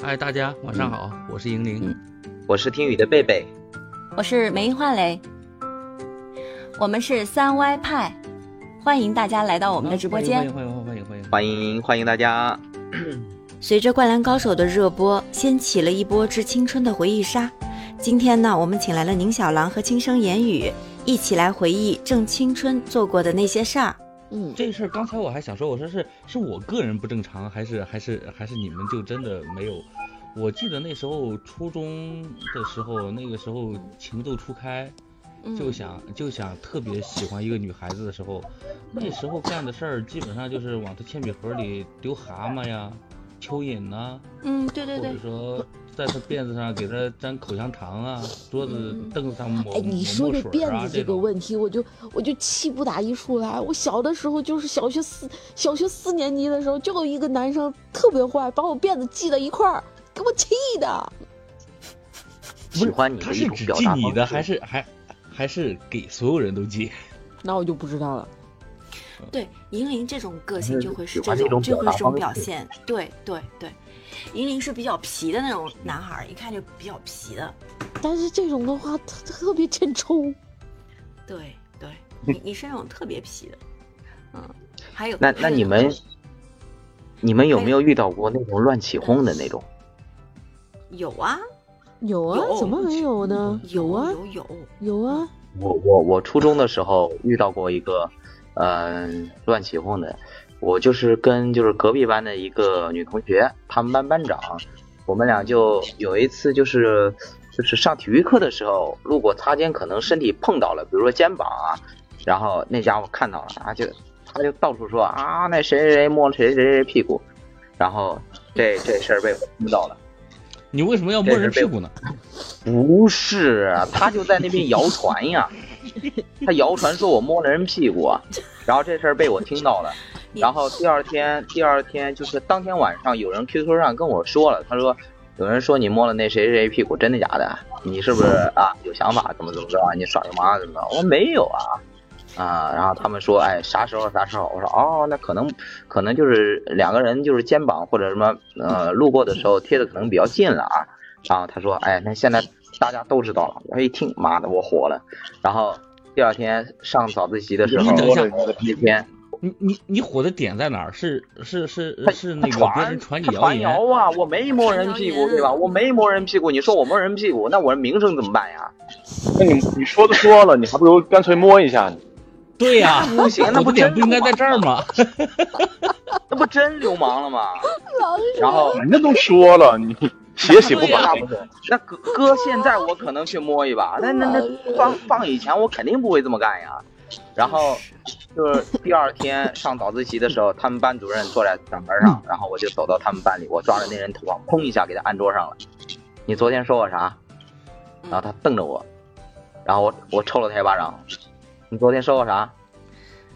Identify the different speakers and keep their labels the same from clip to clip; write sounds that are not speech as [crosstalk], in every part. Speaker 1: 嗨，大家晚上好，我是莹玲。
Speaker 2: 我是听雨的贝贝，
Speaker 3: 我是梅花雷，我们是三歪派，欢迎大家来到我
Speaker 1: 我
Speaker 3: 们的直播间。
Speaker 1: 欢迎欢迎欢迎欢迎欢
Speaker 2: 欢迎欢迎大家。
Speaker 4: 随着《灌篮高手》的热播，掀起了一波致青春的回忆杀。今天呢，我们请来了宁小郎和轻声言语，一起来回忆正青春做过的那些事儿。嗯
Speaker 1: 迎。，这事儿刚才我还想说，我说是是我个人不正常，还是还是还是你们就真的没有？我记得那时候初中的时候，那个时候情窦初开，
Speaker 3: 嗯
Speaker 1: 就想就想特别喜欢一个女孩子的时候，那时候干的事儿基本上就是往她铅笔盒里丢蛤蟆呀、蚯蚓呐、
Speaker 3: 嗯，对对
Speaker 1: 或者
Speaker 3: 对，
Speaker 1: 说在她辫子上给她沾口香糖啊，桌子
Speaker 2: 嗯
Speaker 1: 凳子上抹
Speaker 5: 哎，你
Speaker 1: 抹
Speaker 5: 说
Speaker 1: 墨
Speaker 5: 这
Speaker 1: 水
Speaker 5: 辫
Speaker 1: 啊
Speaker 5: 子
Speaker 1: 这
Speaker 5: 这个
Speaker 1: 种。
Speaker 5: 问题，我就我就气不打一处来。我小的时候就是小学四小学四年级的时候，就有一个男生特别坏，把我辫子系在一块儿，给我气的。
Speaker 2: 喜欢你
Speaker 1: 他
Speaker 2: 的一
Speaker 1: 是
Speaker 2: 种
Speaker 1: 只
Speaker 2: 表
Speaker 1: 记
Speaker 2: 达
Speaker 1: 你的，
Speaker 2: 方式，
Speaker 1: 还是还还是给所有人都记？
Speaker 5: 那我就不知道了。
Speaker 4: 对，银铃这种个性就会是
Speaker 2: 喜欢
Speaker 4: 这
Speaker 2: 这种
Speaker 4: 种，就会是这种表
Speaker 2: 表达方式
Speaker 4: 现。对对对，银铃是比较皮的那种男孩儿，一看就比较皮的。
Speaker 5: 但是这种的话，特特别欠抽。
Speaker 4: 对对，你你是那种特别皮的。嗯，还有
Speaker 2: 嗯那那你们你们有没有遇到过那种乱起哄的那种？
Speaker 4: 有啊
Speaker 5: 有啊，
Speaker 4: 有
Speaker 5: 怎么没有呢？
Speaker 4: 有
Speaker 5: 啊，
Speaker 4: 有有，
Speaker 5: 有啊。
Speaker 2: 我我我初中的时候遇到过一个，嗯、乱起哄的。我就是跟就是隔壁班的一个女同学，他们班班长，我们俩就有一次就是就是上体育课的时候，路过擦肩，可能身体碰到了，比如说肩膀啊，然后那家伙看到了啊，就他就到处说啊，那谁谁谁摸了谁谁谁屁股，然后这这事儿被我听到了。
Speaker 1: 你为什么要摸人屁股呢？
Speaker 2: 不是，啊他就在那边谣传呀，他谣传说我摸了人屁股，啊然后这事儿被我听到了，然后第二天，第二天就是当天晚上有人 QQ 上跟我说了，他说有人说你摸了那谁谁谁屁股，真的假的？你是不是啊有想法？怎么怎么着啊？你耍流氓啊？怎么着？我说没有啊。啊，然后他们说，哎，啥时候啥时候？我说哦，那可能，可能就是两个人就是肩膀或者什么，呃，路过的时候贴的可能比较近了啊。然后他说，哎，那现在大家都知道了。我一听，妈的，我火了。然后第二天上早自习的时候，
Speaker 1: 你等一下
Speaker 2: 那天
Speaker 1: 你你你火的点在哪儿？是是是
Speaker 2: 他
Speaker 1: 是那个别
Speaker 2: 传
Speaker 1: 人传你
Speaker 2: 他
Speaker 1: 谣
Speaker 2: 传
Speaker 1: 言，
Speaker 2: 谣啊，我没摸人屁股，对吧？我没摸人屁股，你说我摸人屁股，那我的名声怎么
Speaker 1: [laughs]
Speaker 2: 办呀？
Speaker 6: 那你你说都说了，你还不如干脆摸一下呢。
Speaker 1: 对呀、
Speaker 2: 不 [laughs] 行
Speaker 1: [laughs]
Speaker 2: 那
Speaker 1: 火
Speaker 2: 不
Speaker 1: 的点
Speaker 2: 真
Speaker 1: 不应该在这儿
Speaker 2: [laughs]
Speaker 1: 吗？
Speaker 2: 那不真流氓了吗？然后
Speaker 6: 人家都说了， [laughs] 你写写不
Speaker 2: 对呀
Speaker 6: 完
Speaker 2: 那。不是那哥哥，现在我可能去摸一把，那那那放放以前我肯定不会这么干呀。然后就是 [laughs] 第二天上早自习的时候，他们班主任坐在讲台上，然后我就走到他们班里，我抓着那人头发，砰一下给他按桌上了。你昨天说我啥？然后他瞪着我，然后我我抽了他一巴掌。你昨天说我啥？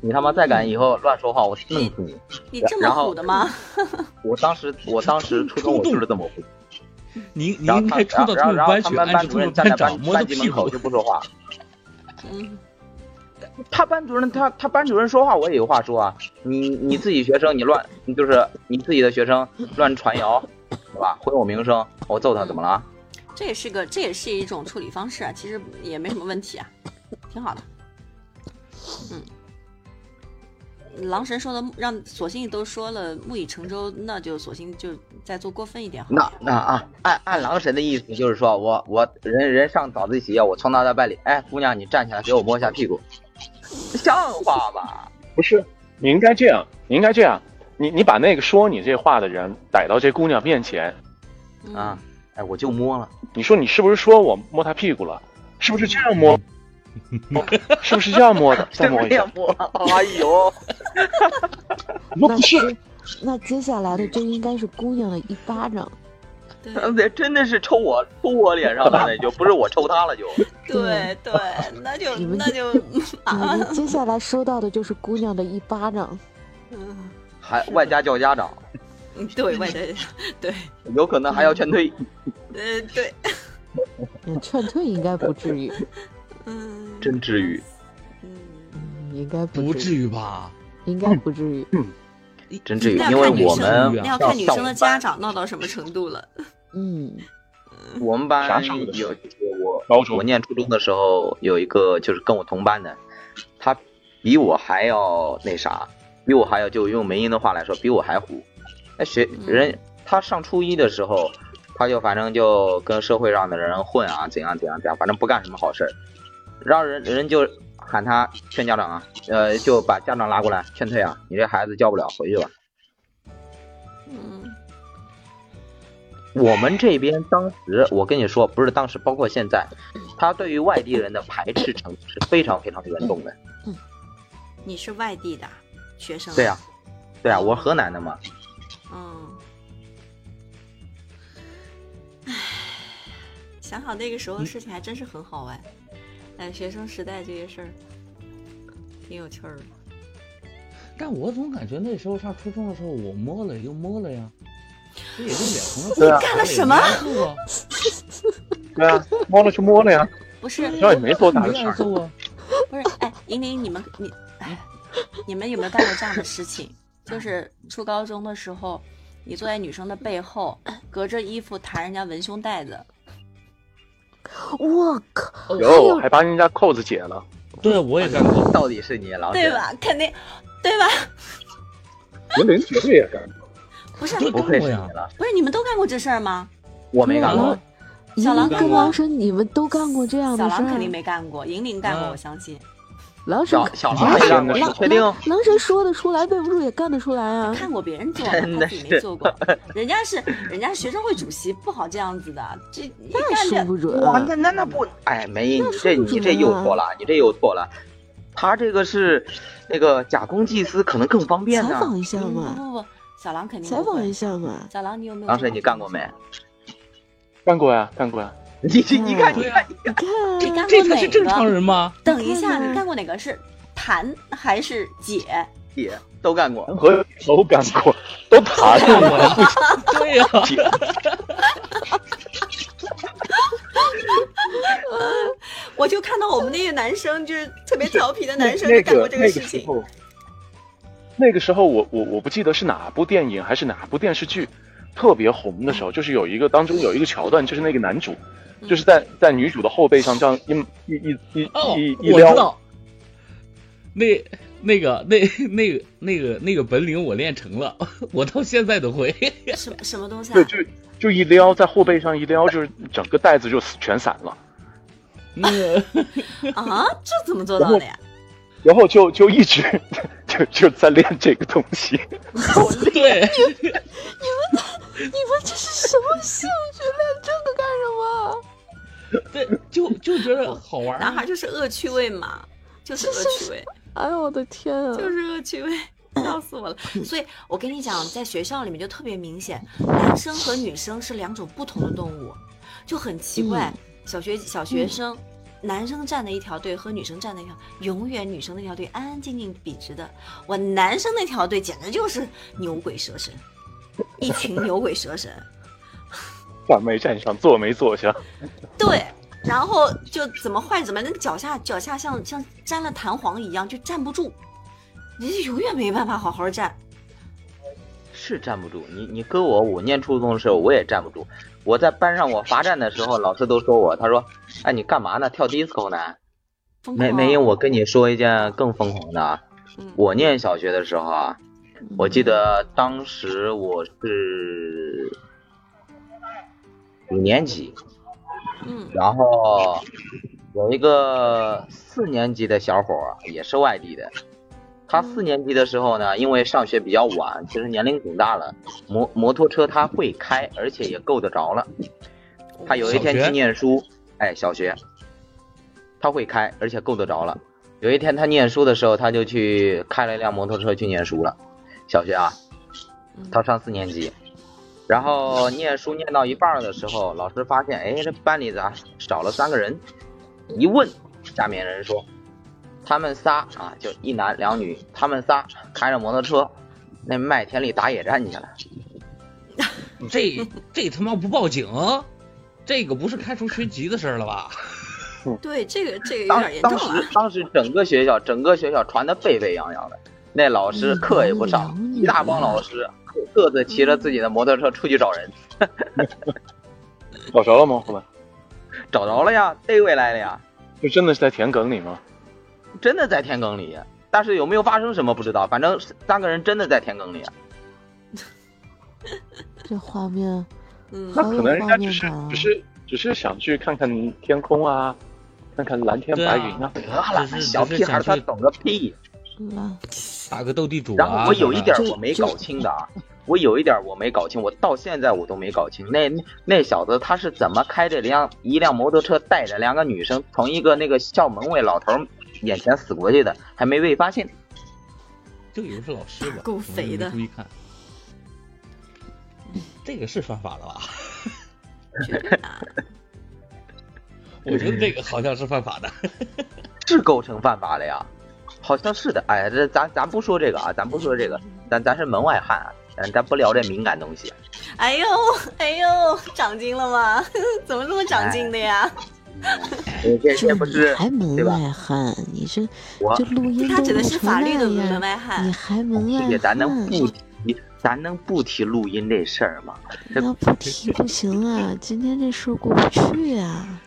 Speaker 2: 你他妈再敢以后乱说话，我弄死你！
Speaker 3: 你这么
Speaker 2: 然后
Speaker 3: 虎的吗？ [laughs]
Speaker 2: 我当时我当时初中我就是这么回事。
Speaker 1: 你你
Speaker 2: 然后
Speaker 1: 应
Speaker 2: 他
Speaker 1: 该冲到
Speaker 2: 然
Speaker 1: 他
Speaker 2: 后
Speaker 1: 们
Speaker 2: 然后
Speaker 1: 班
Speaker 2: 他
Speaker 1: 去，
Speaker 2: 们
Speaker 1: 按
Speaker 2: 班
Speaker 1: 住他
Speaker 2: 主
Speaker 1: 们
Speaker 2: 任站在
Speaker 1: 班长
Speaker 2: 班
Speaker 1: 摸他
Speaker 2: 班级
Speaker 1: 屁
Speaker 2: 门口
Speaker 1: 股
Speaker 2: 就。不说话。
Speaker 3: 嗯，
Speaker 2: 他班主任他他班主任说话我也有话说啊，你你自己学生你乱你就是你自己的学生乱传谣，是吧？毁我名声，我揍他怎么了？
Speaker 3: 这也是个，这也是一种处理方式啊，其实也没什么问题啊，挺好的。嗯，狼神说的，让索性都说了，木已成舟，那就索性就再做过分一点好
Speaker 2: 那
Speaker 3: 了。
Speaker 2: 那啊，按按狼神的意思就是说我我人人上早自习啊，我从他的班里，哎姑娘你站起来给我摸一下屁股，像话吗？
Speaker 6: 不是，你应该这样，你应该这样，你你把那个说你这话的人逮到这姑娘面前，
Speaker 3: 嗯
Speaker 2: 啊，，哎我就摸了，
Speaker 6: 你说你是不是说我摸她屁股了？是不是这样 [laughs] 摸？是不是这样摸 [laughs] 的？再
Speaker 2: 真
Speaker 6: 摸一
Speaker 2: 没有
Speaker 6: 下。
Speaker 2: 摸， [laughs] 哎呦，
Speaker 6: 那不是，
Speaker 5: 那接下来的就应该是姑娘的一巴掌。
Speaker 2: [laughs]
Speaker 3: 对
Speaker 2: 那真的是抽我抽我脸上了，那就不是我抽他了就。
Speaker 3: 对对，那就
Speaker 5: 你们
Speaker 3: 那就 [laughs]
Speaker 5: 你们接下来收到的就是姑娘的一巴掌。
Speaker 3: 嗯，
Speaker 2: 还外加叫家长，
Speaker 3: 对，外对对，
Speaker 2: 有可能还要劝退。
Speaker 3: 呃对，
Speaker 5: 嗯，劝退应该不至于，
Speaker 3: 嗯，
Speaker 2: [laughs] 真至于，
Speaker 3: 嗯。
Speaker 5: 嗯，应该
Speaker 1: 不
Speaker 5: 至
Speaker 1: 至
Speaker 5: 于，
Speaker 1: 于吧？
Speaker 5: 应该不至于。
Speaker 2: 真至于
Speaker 3: 那要
Speaker 2: 因为
Speaker 3: 看女
Speaker 2: 我
Speaker 3: 生
Speaker 2: 们
Speaker 3: 那要看女
Speaker 2: 像
Speaker 3: 生的
Speaker 2: 我们
Speaker 3: 家
Speaker 2: 班
Speaker 3: 长闹到什么程度了。
Speaker 5: 嗯，
Speaker 2: 我们班
Speaker 6: 啥时候的事
Speaker 2: 有我
Speaker 6: 高中
Speaker 2: 我念初中的时候有一个就是跟我同班的，他比我还要那啥，比我还要就用梅英的话来说，比我还虎。那学
Speaker 3: 嗯
Speaker 2: 人他上初一的时候，他就反正就跟社会上的人混啊，怎样怎样怎样，反正不干什么好事儿，让人人就喊他劝家长啊，呃，就把家长拉过来劝退啊，你这孩子教不了，回去吧。
Speaker 3: 嗯，
Speaker 2: 我们这边当时，我跟你说，不是当时，包括现在，他对于外地人的排斥程度是非常非常严重的。
Speaker 3: 你是外地的学生？啊
Speaker 2: 对呀、。
Speaker 1: 嗯
Speaker 2: 对啊，我河南的嘛，
Speaker 3: 嗯，唉，想想那个
Speaker 2: 嗯
Speaker 3: 时候的事情还真是很好玩。哎，学生时代这些事儿挺有趣儿的。
Speaker 1: 但我总感觉那时候上初中的时候，我摸了也就摸了呀，这也就脸红了。
Speaker 6: 对啊
Speaker 1: 干
Speaker 3: 了什么
Speaker 1: 揍啊，
Speaker 6: 对啊，摸了就摸了呀，
Speaker 3: 不是，
Speaker 2: 嗯
Speaker 6: 那也没多大
Speaker 1: 没
Speaker 6: 的事
Speaker 1: 挨
Speaker 6: 儿。
Speaker 1: 揍啊。
Speaker 3: 不是，哎，莹莹，你们你，哎，你们有没有干过这样的事
Speaker 2: [laughs]
Speaker 3: 情？就是初高中的时候，你坐在女生的背后，隔着衣服弹人家文胸带子。
Speaker 5: 我靠，
Speaker 6: 哦有，还把人家扣子解了。
Speaker 1: 对啊，我也干过。
Speaker 2: 到底是你老
Speaker 3: 对吧？肯定，对吧？
Speaker 6: 林林绝对也干过。
Speaker 3: [laughs] 不是，
Speaker 1: 对啊
Speaker 2: 不
Speaker 1: 干
Speaker 2: 愧是
Speaker 1: 过
Speaker 2: 你
Speaker 1: 呀
Speaker 2: 了，
Speaker 3: 不是，你们都干过这事儿吗？
Speaker 2: 我没干过
Speaker 5: 嗯。
Speaker 3: 小狼
Speaker 5: 你
Speaker 1: 干
Speaker 5: 跟
Speaker 1: 过
Speaker 5: 狼神，你们都干过这样的
Speaker 3: 小
Speaker 5: 事儿？
Speaker 3: 狼肯定。没干过，莹玲干过，
Speaker 1: 嗯
Speaker 3: 我相信。
Speaker 5: 狼神
Speaker 2: 小
Speaker 5: 可，
Speaker 2: 小狼没干过，
Speaker 6: 狼
Speaker 2: 你
Speaker 5: 狼
Speaker 2: 确定？
Speaker 5: 狼狼神说得出来，背不住也干得出来
Speaker 3: [laughs]
Speaker 5: 啊。
Speaker 3: 看过别人做，他自己没做过。 [laughs] 人家是人家学生会主席，不好这样子的。这一
Speaker 5: 那
Speaker 3: 干
Speaker 5: 说
Speaker 3: 这
Speaker 5: 不准。
Speaker 1: 啊
Speaker 2: 哇，那那那不，哎，梅，你这你这又错了，你这又错了。他这个是那个假公济私，可能更方便
Speaker 5: 采
Speaker 2: 呢。
Speaker 5: 访一下
Speaker 3: 不不
Speaker 5: 嘛，
Speaker 3: 嗯不不，小狼肯定
Speaker 5: 啊采
Speaker 3: 不
Speaker 5: 访
Speaker 3: 会
Speaker 5: 一。下嘛。
Speaker 3: 小狼，你有没有？
Speaker 2: 当时你干过没？？
Speaker 6: 干过呀，干过呀。
Speaker 2: 你你看你
Speaker 1: 对
Speaker 2: 看
Speaker 1: 啊，
Speaker 5: 你看，
Speaker 3: 你干过
Speaker 1: 这才
Speaker 3: 哪个？
Speaker 1: 是正常人吗？
Speaker 3: 等一下，
Speaker 5: 看看
Speaker 3: 你干过哪个是弹还是解？
Speaker 2: 姐都干过。
Speaker 6: 和都干过，都谈
Speaker 1: 干
Speaker 6: 过
Speaker 1: 过。呀。对啊呀、
Speaker 3: 我就看到我们那个男生，就是特别调皮的 [laughs] 男生，
Speaker 6: 那
Speaker 3: 就干过
Speaker 6: 个
Speaker 3: 这
Speaker 6: 那
Speaker 3: 事
Speaker 6: 个时
Speaker 3: 情。
Speaker 6: 候，那个时候我我我不记得是哪部电影还是哪部电视剧特别红的时
Speaker 3: 嗯
Speaker 6: 候，就是有一个当中有一个桥段，就是那个男主。就是在在女主的后背上这样一一一
Speaker 1: 哦
Speaker 6: 一一，一
Speaker 1: 我知
Speaker 6: 撩，
Speaker 1: 道。那那个那那个那个那个本领我练成了，我到现在都会。
Speaker 3: 什么什么东西
Speaker 6: 对，
Speaker 3: 啊？
Speaker 6: 就就一撩，在后背上一撩，就是整个带子就全散了，
Speaker 1: 嗯，
Speaker 3: 啊，这怎么做到的呀？
Speaker 6: 然后就就一直 [laughs] 就就在练这个东西。
Speaker 1: [laughs] 对，
Speaker 5: 你们这是什么兴 [laughs] 趣？练这个干什么？
Speaker 1: 对，就就觉得好玩
Speaker 3: 男孩
Speaker 1: 儿。
Speaker 3: 就是恶趣味嘛，就是恶趣味，
Speaker 5: 哎呦我的天啊！
Speaker 3: 就是嗯恶趣味。笑死我了！所以，我跟你讲，在学校里面就特别明显，男生和女生是两种不同的动物，就很奇怪。小学小学生，男生站的一条队和女生站的一条，永远女生那条队安安静静笔直的，我男生那条队简直就是牛鬼蛇神，一群牛鬼蛇神。
Speaker 6: 站没站上，坐没坐下，
Speaker 3: 对，然后就怎么坏怎么，那脚下脚下像像沾了弹簧一样，就站不住，你就永远没办法好好站。
Speaker 2: 是站不住。你你搁我我念初中的时候，我也站不住。我在班上我罚站的时候，老师都说我，他说：“哎，你干嘛呢？跳 disco 呢？”
Speaker 3: 疯
Speaker 2: 没
Speaker 3: 狂啊
Speaker 2: 没有，我跟你说一件更疯狂的啊。
Speaker 3: 嗯
Speaker 2: 我念小学的时候啊，我记得当时我是五年级，
Speaker 3: 嗯
Speaker 2: 然后有一个四年级的小伙儿，也是外地的。他四年级的时候呢，因为上学比较晚，其实年龄挺大了，摩摩托车他会开，而且也够得着了。他有一天
Speaker 1: 小学
Speaker 2: 去念书，哎，小学，他会开，而且够得着了。有一天他念书的时候，他就去开了一辆摩托车去念书了。小学啊，他上四年级，然后念书念到一半儿的时候，老师发现，哎，这班里咋少了三个人？一问，下面人说，他们仨啊，就一男两女，他们仨开着摩托车，那麦田里打野战去了。
Speaker 1: 这这他妈不报警，这个不是开除学籍的事儿了吧？
Speaker 3: 对这个这个有
Speaker 2: 当
Speaker 3: 点严重啊
Speaker 2: 当时
Speaker 3: 了。
Speaker 2: 当时整个学校整个学校传的沸沸扬扬的。那老师课也不上，
Speaker 3: 嗯啊
Speaker 2: 一大帮老师各自骑着自己的摩托车出去找人，
Speaker 6: 找着了吗？后来
Speaker 2: 找着了呀，逮回来了呀，
Speaker 6: 就真的是在田埂里吗？
Speaker 2: 真的在田埂里。但是有没有发生什么不知道，反正三个人真的在田埂里。
Speaker 5: 这画面，
Speaker 3: 嗯
Speaker 6: 那
Speaker 5: 好有
Speaker 6: 可能人家
Speaker 5: 画
Speaker 6: 只
Speaker 5: 面
Speaker 6: 是
Speaker 5: 感啊
Speaker 6: 只！是只是想去看看天空啊，看看蓝天
Speaker 1: 对
Speaker 6: 白
Speaker 1: 啊
Speaker 6: 云啊。
Speaker 2: 得了，
Speaker 1: 只是
Speaker 2: 小
Speaker 1: 只是
Speaker 2: 屁孩
Speaker 1: 想
Speaker 2: 儿他
Speaker 1: 去
Speaker 2: 懂个屁。
Speaker 5: 啊
Speaker 1: 打个斗地主啊。
Speaker 2: 然后我有一点儿
Speaker 1: 什么
Speaker 2: 我没搞清的啊，我有一点儿我没搞清，我到现在我都没搞清，那那那小子他是怎么开着辆一辆摩托车，带着两个女生从一个那个校门卫老头儿眼前死过去的，还没被发现。
Speaker 1: 的就以为是老师吧，
Speaker 3: 够肥的
Speaker 1: 我没注意看。这个是犯法的吧？
Speaker 3: 绝对啊，
Speaker 1: 我觉得这个好像是犯法的。
Speaker 2: 是构成犯法了呀，好像是的。哎呀，这咱咱不说这个啊，咱不说这个，咱咱是门外汉啊，咱咱不聊这敏感东西。
Speaker 3: 哎呦哎呦，长进了吗？ [laughs] 怎么这么长进的呀？
Speaker 2: 这哎这
Speaker 5: 就
Speaker 2: 这不
Speaker 5: 你
Speaker 2: 是
Speaker 5: 还门
Speaker 2: 对吧
Speaker 5: 外汉，你这
Speaker 2: 我
Speaker 5: 这录音
Speaker 3: 他
Speaker 5: 都
Speaker 3: 指的
Speaker 5: 录
Speaker 3: 是
Speaker 5: 成
Speaker 3: 法律
Speaker 5: 那
Speaker 3: 的
Speaker 5: 样
Speaker 3: 门外汉
Speaker 5: 哎你，还门外
Speaker 2: 谢谢，
Speaker 5: 汉，
Speaker 2: 咱能不嗯提咱能不提录音这事儿吗？这
Speaker 5: 那不提不行啊！今天这事儿过不去啊！